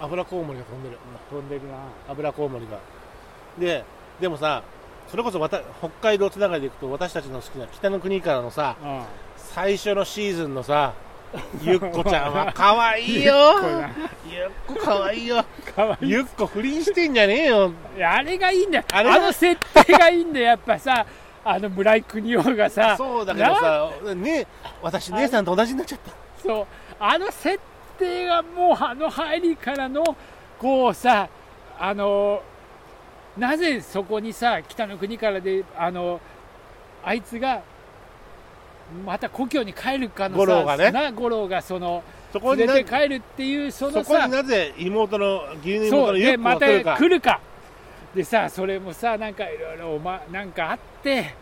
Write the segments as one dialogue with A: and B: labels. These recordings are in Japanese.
A: 油コウモリが飛んでる
B: 飛んでるな
A: 油コウモリがででもさそれこそわた北海道つながりでいくと私たちの好きな北の国からのさ
B: うん
A: 最初のシーズンの さゆっこちゃんは可愛いよゆっこ可愛いよ
B: かわいい
A: ゆっこ不倫してんじゃねえよ
B: いやあれがいいんだよ
A: あ
B: あ
A: れが
B: の設定がいいんだよやっぱさあの村井邦夫がさ
A: そうだけどさね私姉さんと同じになっちゃった
B: そうあの設定がもうあの入りからのこうさあのなぜそこにさ北の国からであのあいつがまた故郷に帰るかのさ
A: 五郎がね
B: な五郎がその
A: そこ
B: 連
A: に
B: れ
A: な
B: て帰るっていうそ
A: そ
B: の
A: こ
B: さ
A: になぜ妹の義理の妹
B: そ
A: の
B: う
A: ゆ
B: で
A: っこが
B: ま
A: 来る
B: た
A: か
B: 来るかでさそれもさなんかいろいろおまなんかあって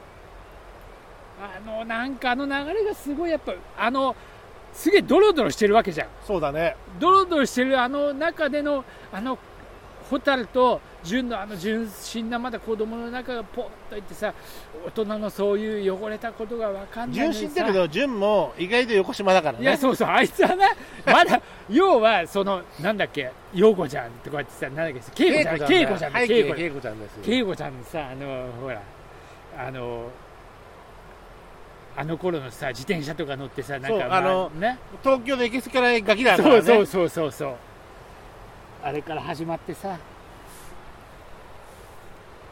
B: あのなんかあの流れがすごいやっぱあのすげえドロドロしてるわけじゃん
A: そうだね
B: ドロドロしてるあの中でのあの蛍と純のあの純真なまだ子供の中がポッといってさ大人のそういう汚れたことが分かんない
A: 純
B: のに
A: 真
B: さ
A: だけど純も意外と横島だから
B: いや
A: ね
B: そうそうあいつはなまだ要はそのなんだっけ陽子ちゃんってこうやってさなんだっけ恵子ちゃん
A: ね
B: 恵子ちゃ
A: は
B: んだ
A: い
B: 恵子
A: 恵子ちゃんです
B: 恵子ちゃんのさあのほらあのあの頃のさ自転車とか乗ってさなん
A: そう
B: か
A: あの
B: ね
A: 東京のエキスからガキだから
B: そう
A: ね
B: そうそうそうそうあれから始まってさ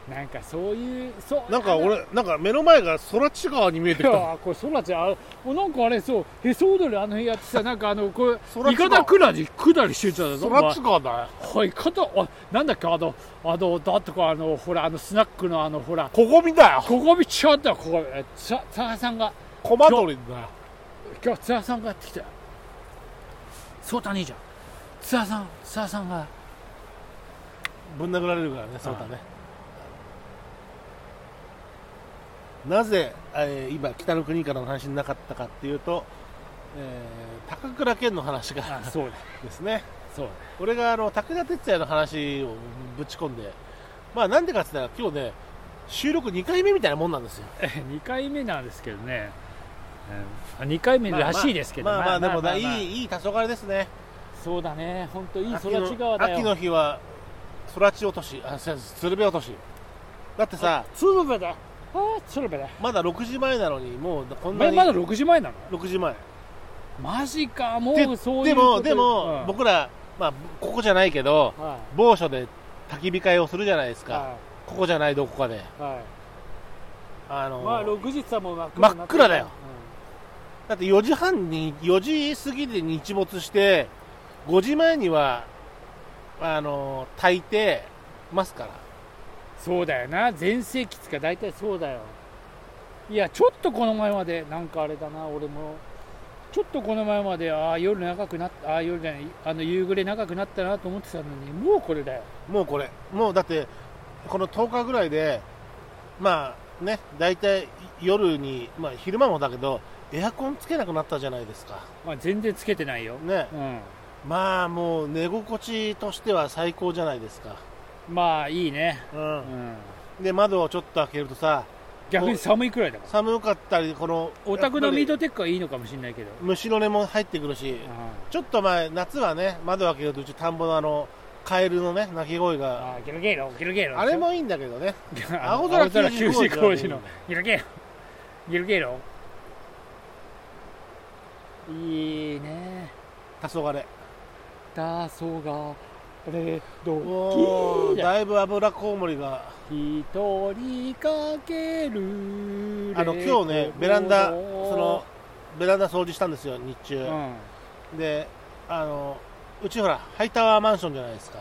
B: なんかそういうそう
A: なんか
B: あの
A: 俺なんか目の前が空知川に見えて
B: い
A: きた
B: やこれそらちゃんあおなんかあれそうへそ踊りあの辺やってさなんかあのこれ
A: そら
B: い
A: ちが
B: かだくらに下りしてただぞお前
A: 空知川だ
B: はいいかだあなんだっけあのあのだとかあのほらあのスナックのあのほら
A: ここ見だよ
B: ここ見ちゃったよここえさ佐賀さんが
A: コマ撮りだよ
B: 今日津田さんがやってきたよそうた兄ちゃん津田さん津田さんが
A: ぶん殴られるからねそうだねなぜ、えー今北の国からの話になかったかっていうと、えー高倉健の話が
B: あそうだ
A: ですね
B: そうだ
A: 俺があの武田鉄矢の話をぶち込んでまあなんでかって言ったら今日ね収録2回目みたいなもんなん ですよ
B: 2回目なんですけどね、うん、2回目らしいですけど、
A: まあまあまあでもない
B: い
A: いいい黄昏ですね
B: そうだね本当いい
A: 秋
B: 空
A: の
B: 地川だよ
A: 秋の日は空地落としあすいません鶴瓶落としだってさ
B: 鶴瓶だああ鶴瓶だ
A: まだ6時前なのにもうこ
B: お
A: んな
B: 前
A: に
B: まだ6時前なの
A: 6時前
B: マジかもうそうい
A: で
B: うこ
A: も
B: と
A: でも、
B: うん
A: 僕ら、まあ、ここじゃないけど
B: は
A: 某所で焚き火会をするじゃないです
B: い
A: か
B: は
A: ここじゃないどこかで
B: いはい
A: あの、
B: まあ6時ってさもう真っ暗になってる
A: 真っ暗だよだって4時半に4時過ぎで日没して5時前にはあの炊いてますから
B: そうだよな全盛期つか大体そうだよいやちょっとこの前までなんかあれだな俺もちょっとこの前までああ夜長くなったああ夜じゃないあの夕暮れ長くなったなと思ってたのにもうこれだよ
A: もうこれもうだってこの10日ぐらいでまあね大体夜に、まあ、昼間もだけどエアコンつけなくなったじゃないですか
B: まあ、全然つけてないよ、
A: ね
B: うん、
A: まあもう寝心地としては最高じゃないですか、
B: まあいいね、
A: う
B: うんん、
A: で窓をちょっと開けるとさ
B: 逆に寒いくらいだから
A: 寒かったりこの
B: お宅のミー
A: やっぱ
B: トテックはいいのかもしれないけど、
A: り虫の音も入ってくるし
B: うん
A: ちょっと前夏はね窓開けるとうち田んぼのあのカエルのね鳴き声が
B: ああゲロゲロゲロゲロ
A: あれもいいんだけどね青
B: 青
A: 空
B: 空
A: 九
B: 九
A: 時
B: 時
A: 工
B: 工
A: 事
B: 事
A: の
B: のギルゲロギルゲロいいね
A: 黄昏
B: だそうがれ
A: お
B: ど
A: ーだいぶ油コウモリが
B: 一人かける
A: あの今日ねベランダそのベランダ掃除したんですよ日
B: う
A: 中
B: ん
A: であのうちほらハイタワーマンションじゃないですか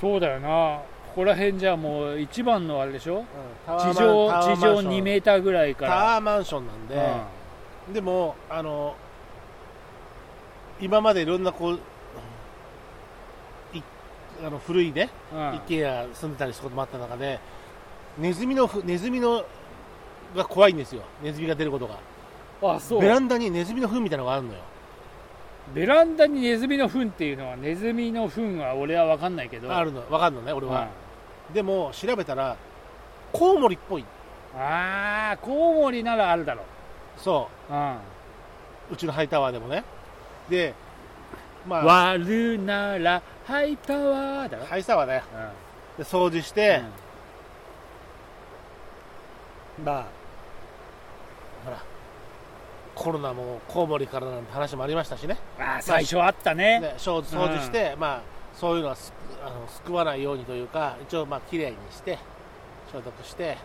B: そうだよなここら辺じゃもう一番のあれでしょ
A: タワーマン
B: 地上
A: タワーマン
B: 地
A: ション
B: 上2メーターぐらい
A: タ
B: から
A: ワーマンションなん
B: う
A: で、
B: ん
A: でもあの今までいろんなこういあの古いね
B: うん
A: 一軒家住んでたりしたこともあった中でネズミのふネズミのが怖いんですよネズミが出ることが
B: あそう
A: ベランダにネズミの糞みたいなのがあるのよ
B: ベランダにネズミの糞っていうのはネズミの糞は俺は分かんないけど
A: あるの分かんのね俺
B: うん
A: は、でも調べたらコウモリっぽい
B: ああコウモリならあるだろう
A: そ
B: うん
A: ううちのハイタワーでもねでまあ、
B: 割るならハイパワーだろ、
A: ハイサワーだよ
B: うん
A: で掃除して、まあほらコロナもコウモリからなんて話もありましたしね
B: うんああ最初あったね
A: で掃除掃除して、まあ、そういうのはすあの救わないようにというか一応まあ綺麗にして消毒して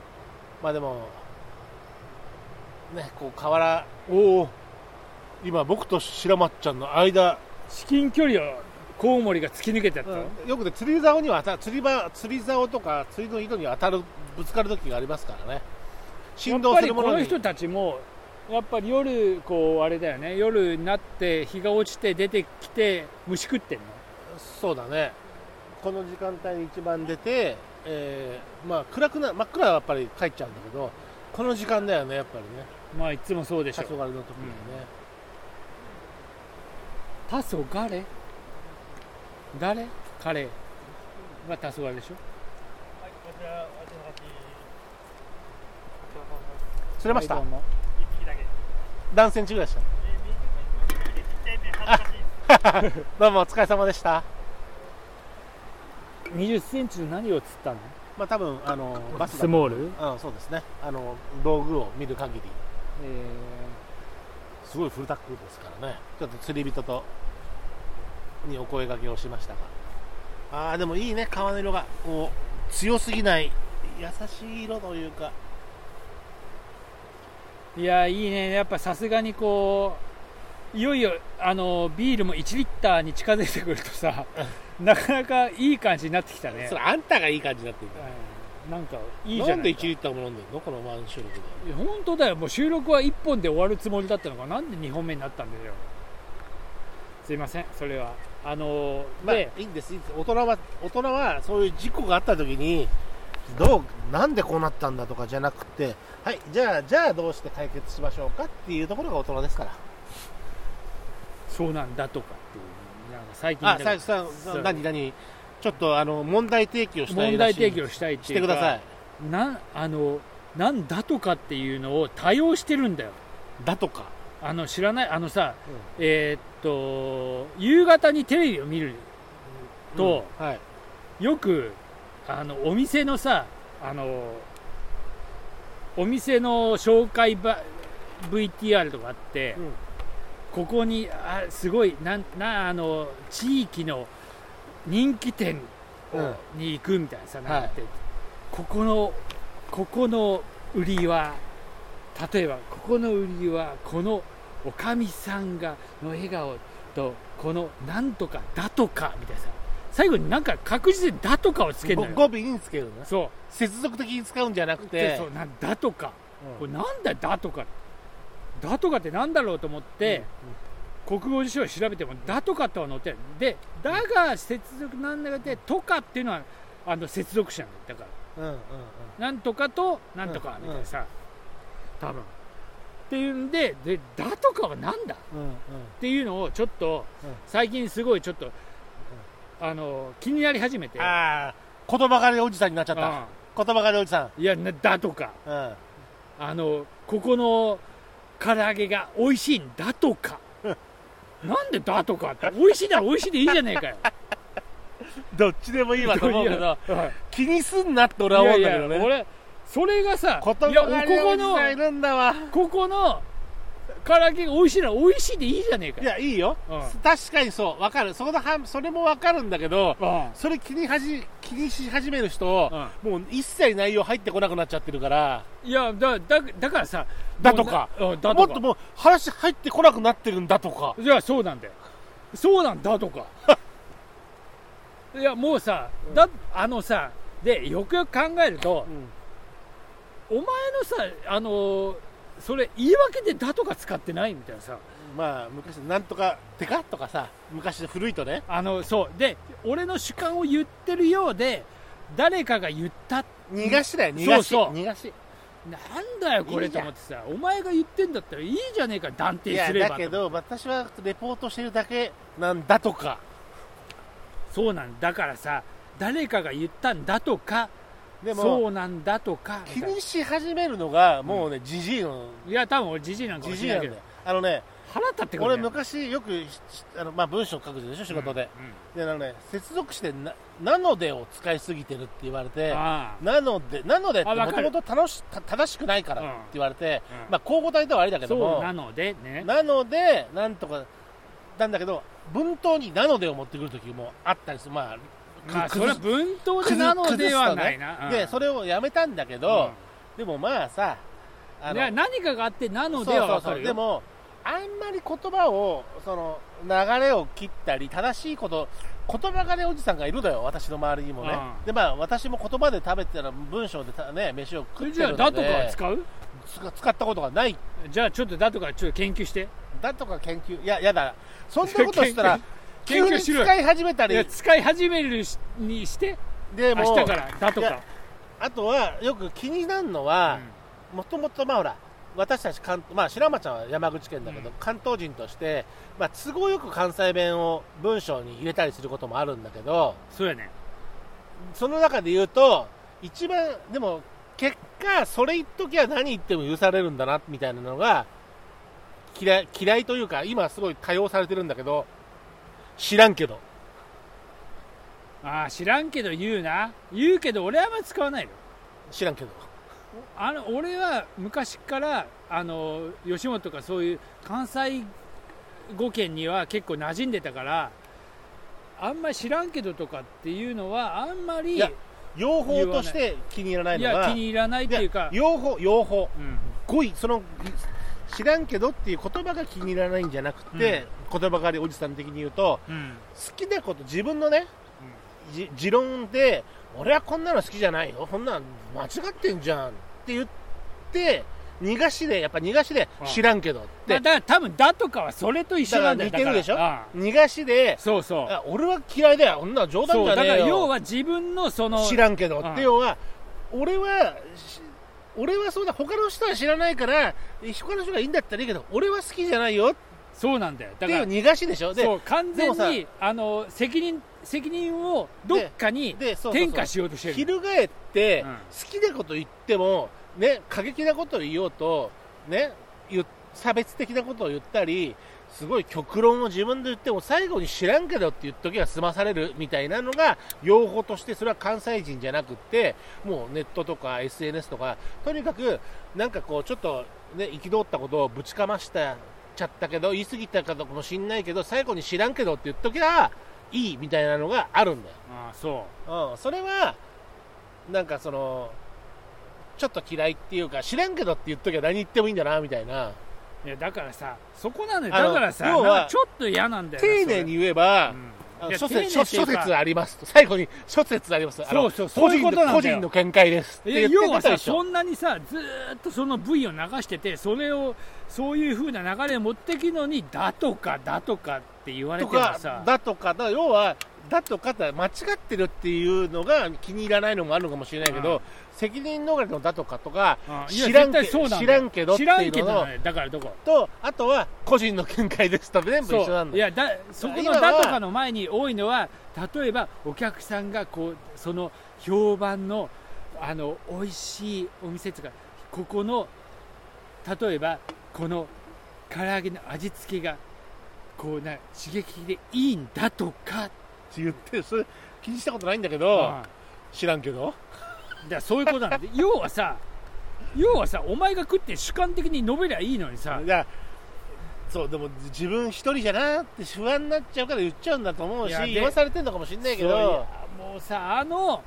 A: まあでもねこう河原おお今僕と白松ちゃんの間、
B: 至近距離をコウモリが突き抜けてったの、
A: よくね釣り竿には当た釣り場釣り竿とか釣りの糸に当たるぶつかる時がありますからね振動するもの
B: やっぱり
A: に
B: この人たちもやっぱり夜こうあれだよね夜になって日が落ちて出てきて虫食ってんの
A: そうだねこの時間帯に一番出て、えーまあ暗くな真っ暗はやっぱり帰っちゃうんだけどこの時間だよねやっぱりね
B: まあいつもそうでし
A: 黄
B: ょ
A: 昏の時にね、
B: 黄昏誰彼が黄昏でしょ
C: はい、こちら、私の勝ち。
A: 釣れました
B: はいどうも
C: 一匹だけ。え
A: 何センチぐらいでした
C: ー、右手、右手ちっちゃいんで、恥ずかしい。
A: どうもお疲れ様でした
B: 20センチの何を釣ったの
A: まあ多分あのバスだ
B: スモール、
A: うんそうですねあの道具を見る限り
B: え
A: すごいフルタックルですからねちょっと釣り人とにお声掛けをしましたがあーでもいいね川の色がこう強すぎない優しい色というか
B: ーいやいいねやっぱさすがにこういよいよあのビールも1リッターに近づいてくると さなかなかいい感じになってきたね
A: それあんたがいい感じになってる
B: うんなんかい
A: い
B: い
A: い
B: じ
A: じ
B: ゃ
A: ゃ
B: な
A: ないい
B: か
A: リッターも飲んでるのこのワン収録で
B: いや本当だよもう収録は1本で終わるつもりだったのがなんで2本目になったんだよすいませんそれはあのー
A: まあ
B: で
A: いいんですいいんです大人は大人はそういう事故があった時にどうなんでこうなったんだとかじゃなくてはいじゃあじゃあどうして解決しましょうかっていうところが大人ですから
B: そうなんだとかっていうなんか最近
A: あ
B: でも
A: 佐々木さん
B: そう
A: 何何ちょっとあの問題提起をしたい
B: 問
A: ら
B: 題
A: しい
B: 提起をしたいって
A: し
B: い
A: て
B: う
A: く
B: か
A: ださい
B: なんあのなんだとかっていうのを多用してるんだよ
A: だとか
B: あの知らないあのさ、えーっと夕方にテレビを見ると、
A: うんはい
B: よくあのお店のさあのお店の紹介ば VTR とかあって、
A: うん
B: ここにあすごいなんなあの地域の人気店を
A: うん
B: に行くみたいなさ、
A: い
B: なんてここのここの売りは例えばここの売りはこのおかみさんがの笑顔とこのなんとかだとかみたいなさ最後になんか確実に「だ」とかをつけるの
A: 語
B: よ
A: 尾につけるな
B: そ
A: 接続的に使うんじゃなく
B: うで
A: て
B: そうなんだとか
A: うん
B: これなんだよだとかだとかってなんだろうと思って、国語辞書を調べてもだとかとは載ってないでだが接続なんだかでとかっていうのはあの接続詞なんだよだから
A: うんうんうん
B: なんとかとなんとかみたいなさ、多分っていうんででだとかはなんだっ
A: うんうん
B: ていうのをちょっと、
A: うん
B: 最近すごいちょっと、あの気になり始めて
A: ああ言葉狩りおじさんになっちゃった
B: う
A: 言葉狩りおじさん
B: んいやなだとか
A: うん
B: あのここの唐揚げが美味しいんだと かなんでだとかって美味しいなら美味しいでいいじゃねえ かよ
A: どっちでもいいわと思うけ
B: いや
A: ど
B: はい
A: 気にすんなって俺は思うんだけど
B: いやいや
A: ね
B: 俺それがさ
A: 言
B: いや
A: 葉狩り
B: ここ
A: おじ
B: の
A: さんいるんだわ
B: ここの唐揚げが美味しいなら美味しいでいいじゃねえか
A: い
B: よ
A: やいいよ
B: うん
A: 確かにそうわかるそこの半それもわかるんだけど
B: うん
A: それ気にはじ気にし始める人もう一切内容入ってこなくなっちゃってるから
B: いやだだだからさ
A: だとか
B: もうなうんだ
A: も
B: と
A: っと
B: か
A: もう話入ってこなくなってるんだとか
B: いやそうなんだよそうなんだとかいやもうさだあのさでよくよく考えるとお前のさあのそれ言い訳でだとか使ってないみたいなさ
A: まあ昔なんとかてかとかさ昔古いとね
B: あのそうで俺の主観を言ってるようで誰かが言ったって
A: 逃がしだよ逃
B: そう
A: がし
B: そう
A: 逃がし
B: なんだよこれ
A: いいじ
B: と
A: ゃん
B: 思ってさお前が言ってんだったらいいじゃねえか断
A: い
B: 定
A: や
B: すれば
A: だけど私はレポートしてるだけなんだとか
B: そうなんだからさ誰かが言ったんだとか
A: でも
B: そうなんだとかみ
A: 気
B: たいな
A: にし始めるのがもうねじじいの
B: いや多分俺じじいなんかも
A: じ
B: し
A: じい
B: れな
A: ないん
B: け
A: だ
B: ど
A: よあのね
B: 腹立ってく
A: 俺
B: るね
A: 昔よくしあの、まあ、文章書くでしょ仕事で、
B: うんうん
A: であのね接続詞でななので」を使いすぎてるって言われて
B: あ
A: なのでなのでって
B: あわ
A: も
B: か
A: と
B: る
A: もと正し正しくないから
B: う
A: っ
B: ん
A: て言われて、
B: うん
A: まあ交互体ではありだけ
B: あ
A: ど
B: そう
A: も
B: な
A: な
B: のでね
A: のでなんとかなんだけど文頭に「なので」を持ってくる時もあったりするまあく
B: まあそ
A: 崩
B: れは
A: す
B: 文頭で
A: 崩
B: なのではない
A: 崩
B: な、
A: すとねでそ
B: れ
A: れをやめたんだけど、でもまあさあ
B: いや何かがあってなの
A: そう
B: では
A: そう
B: わ
A: そう
B: かるよ
A: でもあんまり言葉をその流れを切ったり正しいこと言葉がねおじさんがいるのよ私の周りにもね、
B: うん
A: でまあ私も言葉で食べてたら文章でたね飯を食って
B: じゃ
A: る
B: あ
A: ので
B: だとかは使う
A: 使使ったことがない
B: じゃあちょっとだとかちょっと研究して
A: だとか研究いややだそんなことしたら
B: 研
A: 急
B: 究
A: に
B: しろよ
A: 使い始めた
B: い
A: り
B: や使い始めるしにして
A: で
B: 明
A: も
B: 日からだと
A: い
B: か
A: やあとはよく気になるのは、もともとまあほら私たち関、まあ、白間ちゃんは山口県だけど、
B: うん
A: 関東人として、まあ、都合よく関西弁を文章に入れたりすることもあるんだけど
B: そうやね
A: その中で言うと一番でも結果それ言っときゃ何言っても許されるんだなみたいなのが嫌い嫌いというか今すごい多用されてるんだけど知らんけど
B: ああ知らんけど言うな言うけど俺はあんま使わないよ
A: 知らんけど
B: あの俺は昔からあの吉本とかそういう関西語圏には結構馴染んでたからあんまり知らんけどとかっていうのはあんまりい
A: い
B: や
A: や用法として気に入らないのが
B: 気に入らないっていうか
A: いや用法用法
B: うん
A: 語彙その知らんけどっていう言葉が気に入らないんじゃなくて、言葉狩りおじさん的に言うと
B: うん
A: 好きなこと自分のね、じ持論で俺はこんなの好きじゃないよこんなの間違ってんじゃんって言って逃がしでやっぱ逃がしで
B: うん
A: 知らんけどっ
B: まあ
A: て
B: だから多分だとかはそれと一緒なんだよ
A: だから似てるでしょ
B: だからうん
A: 逃がしで
B: そうそう
A: あ俺は嫌いだよこんなの冗
B: そ
A: 談
B: う
A: じゃ
B: だか
A: ね
B: ら
A: えよ
B: 要は自分のその
A: 知らんけど
B: うん
A: って要は俺はし俺はそうだ他の人は知らないから他の人がいいんだったらいいけど俺は好きじゃないよ
B: そうなんだよ
A: って
B: だか
A: い
B: ら
A: う逃がしでしょで
B: そう完全
A: で
B: にあの責任責任をどっかに
A: でそうそうそう
B: 転嫁しようとしてる
A: 翻って
B: うん
A: 好きなこと言っても、ね、過激なことを言おうと、ね、言う差別的なことを言ったりすごい極論を自分で言っても最後に知らんけどって言っときゃ済まされるみたいなのが用語としてそれは関西人じゃなくってもうネットとか SNS とかとにかくなんかこうちょっと、ね、憤ったことをぶちかましたちゃったけど言い過ぎたかもしんないけど最後に知らんけどって言っときゃいいみたいなのがあるんだよ。
B: ああそう
A: うん、それは、なんかその、ちょっと嫌いっていうか、知らんけどって言っときゃ何言ってもいいんだな、みたいな。
B: いやだからさそこなのよ
A: あ
B: だ
A: の
B: からさ
A: 要は
B: なんかちょっと嫌なんだよな
A: 丁寧に言えば、あ
B: それうんい
A: の
B: や
A: 諸
B: 丁寧
A: 説
B: って
A: 諸
B: いうか
A: 諸説ありますと。最後に諸説あります。あの
B: そうそうそういうことなんだよ
A: 個人の個人の見解です。って
B: い
A: 言
B: や
A: って
B: 要は
A: た
B: さ
A: でしょ
B: そんなにさずーっとその部位を流しててそれをそういう風な流れ持ってきのにだとかだとかって言われ
A: と
B: ても
A: か
B: さ、
A: だとか、だ要は、だとかって間違ってるっていうのが気に入らないのもあるのかもしれないけ
B: う
A: ど、責任逃れのだとかとか、
B: うんいや
A: 知らんけ
B: 絶対そうなんだよ
A: 知らんけどって
B: 知
A: いうの
B: ら
A: の
B: んけどなんだよだからどこ
A: と、あとは個人の見解ですと全部一緒なん
B: そうい
A: だよ。
B: やだそこの
A: 今は
B: だとかの前に多いのは例えばお客さんがこうその評判のあの美味しいお店とかここの例えばこの唐揚げの味付けがこうな刺激でいいんだとか、
A: って言って、それ気にしたことないんだけ
B: うん
A: ど、
B: だか
A: 知らんけど
B: らそういうことなんで 要はさ要はさお前が食って主観的に述べりゃいいのにさ
A: いやそうでも自分一人じゃなって不安になっちゃうから言っちゃうんだと思う
B: い
A: し
B: やで
A: 言わされてるのかもしれないけ
B: そうい
A: ど
B: やもうさあの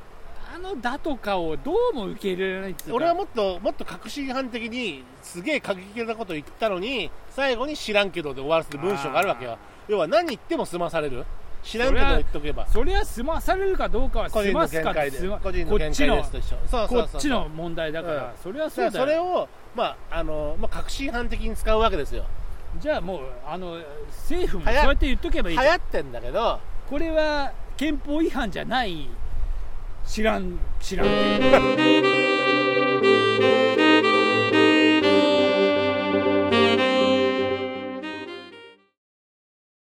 B: あのだとかをどうも受け入れられないっていうか
A: 俺はもっともっと確信犯的にすげえ過激なこと言ったのに最後に知らんけどで終わらせる文章があるわけよ要は何言っても済まされる知らんけど言っとけば
B: それは済まされるかどうかは
A: 個
B: 済
A: 人の
B: ます
A: 見
B: か
A: 解で
B: 済ま
A: 個人
B: こ
A: の
B: っ
A: 見
B: ち
A: 解で
B: の
A: すと一緒そうそうそう
B: こっちの問題だから、それは
A: だ
B: そ
A: か
B: うだ
A: ら
B: よ
A: それをまああのまあ確信犯的に使うわけですよ
B: じゃあもうあの政府もそう
A: 早っ
B: やって言っとけばいい
A: 流
B: じゃん
A: 行ってんだけど
B: これは憲法違反じゃない知らん知らんっていう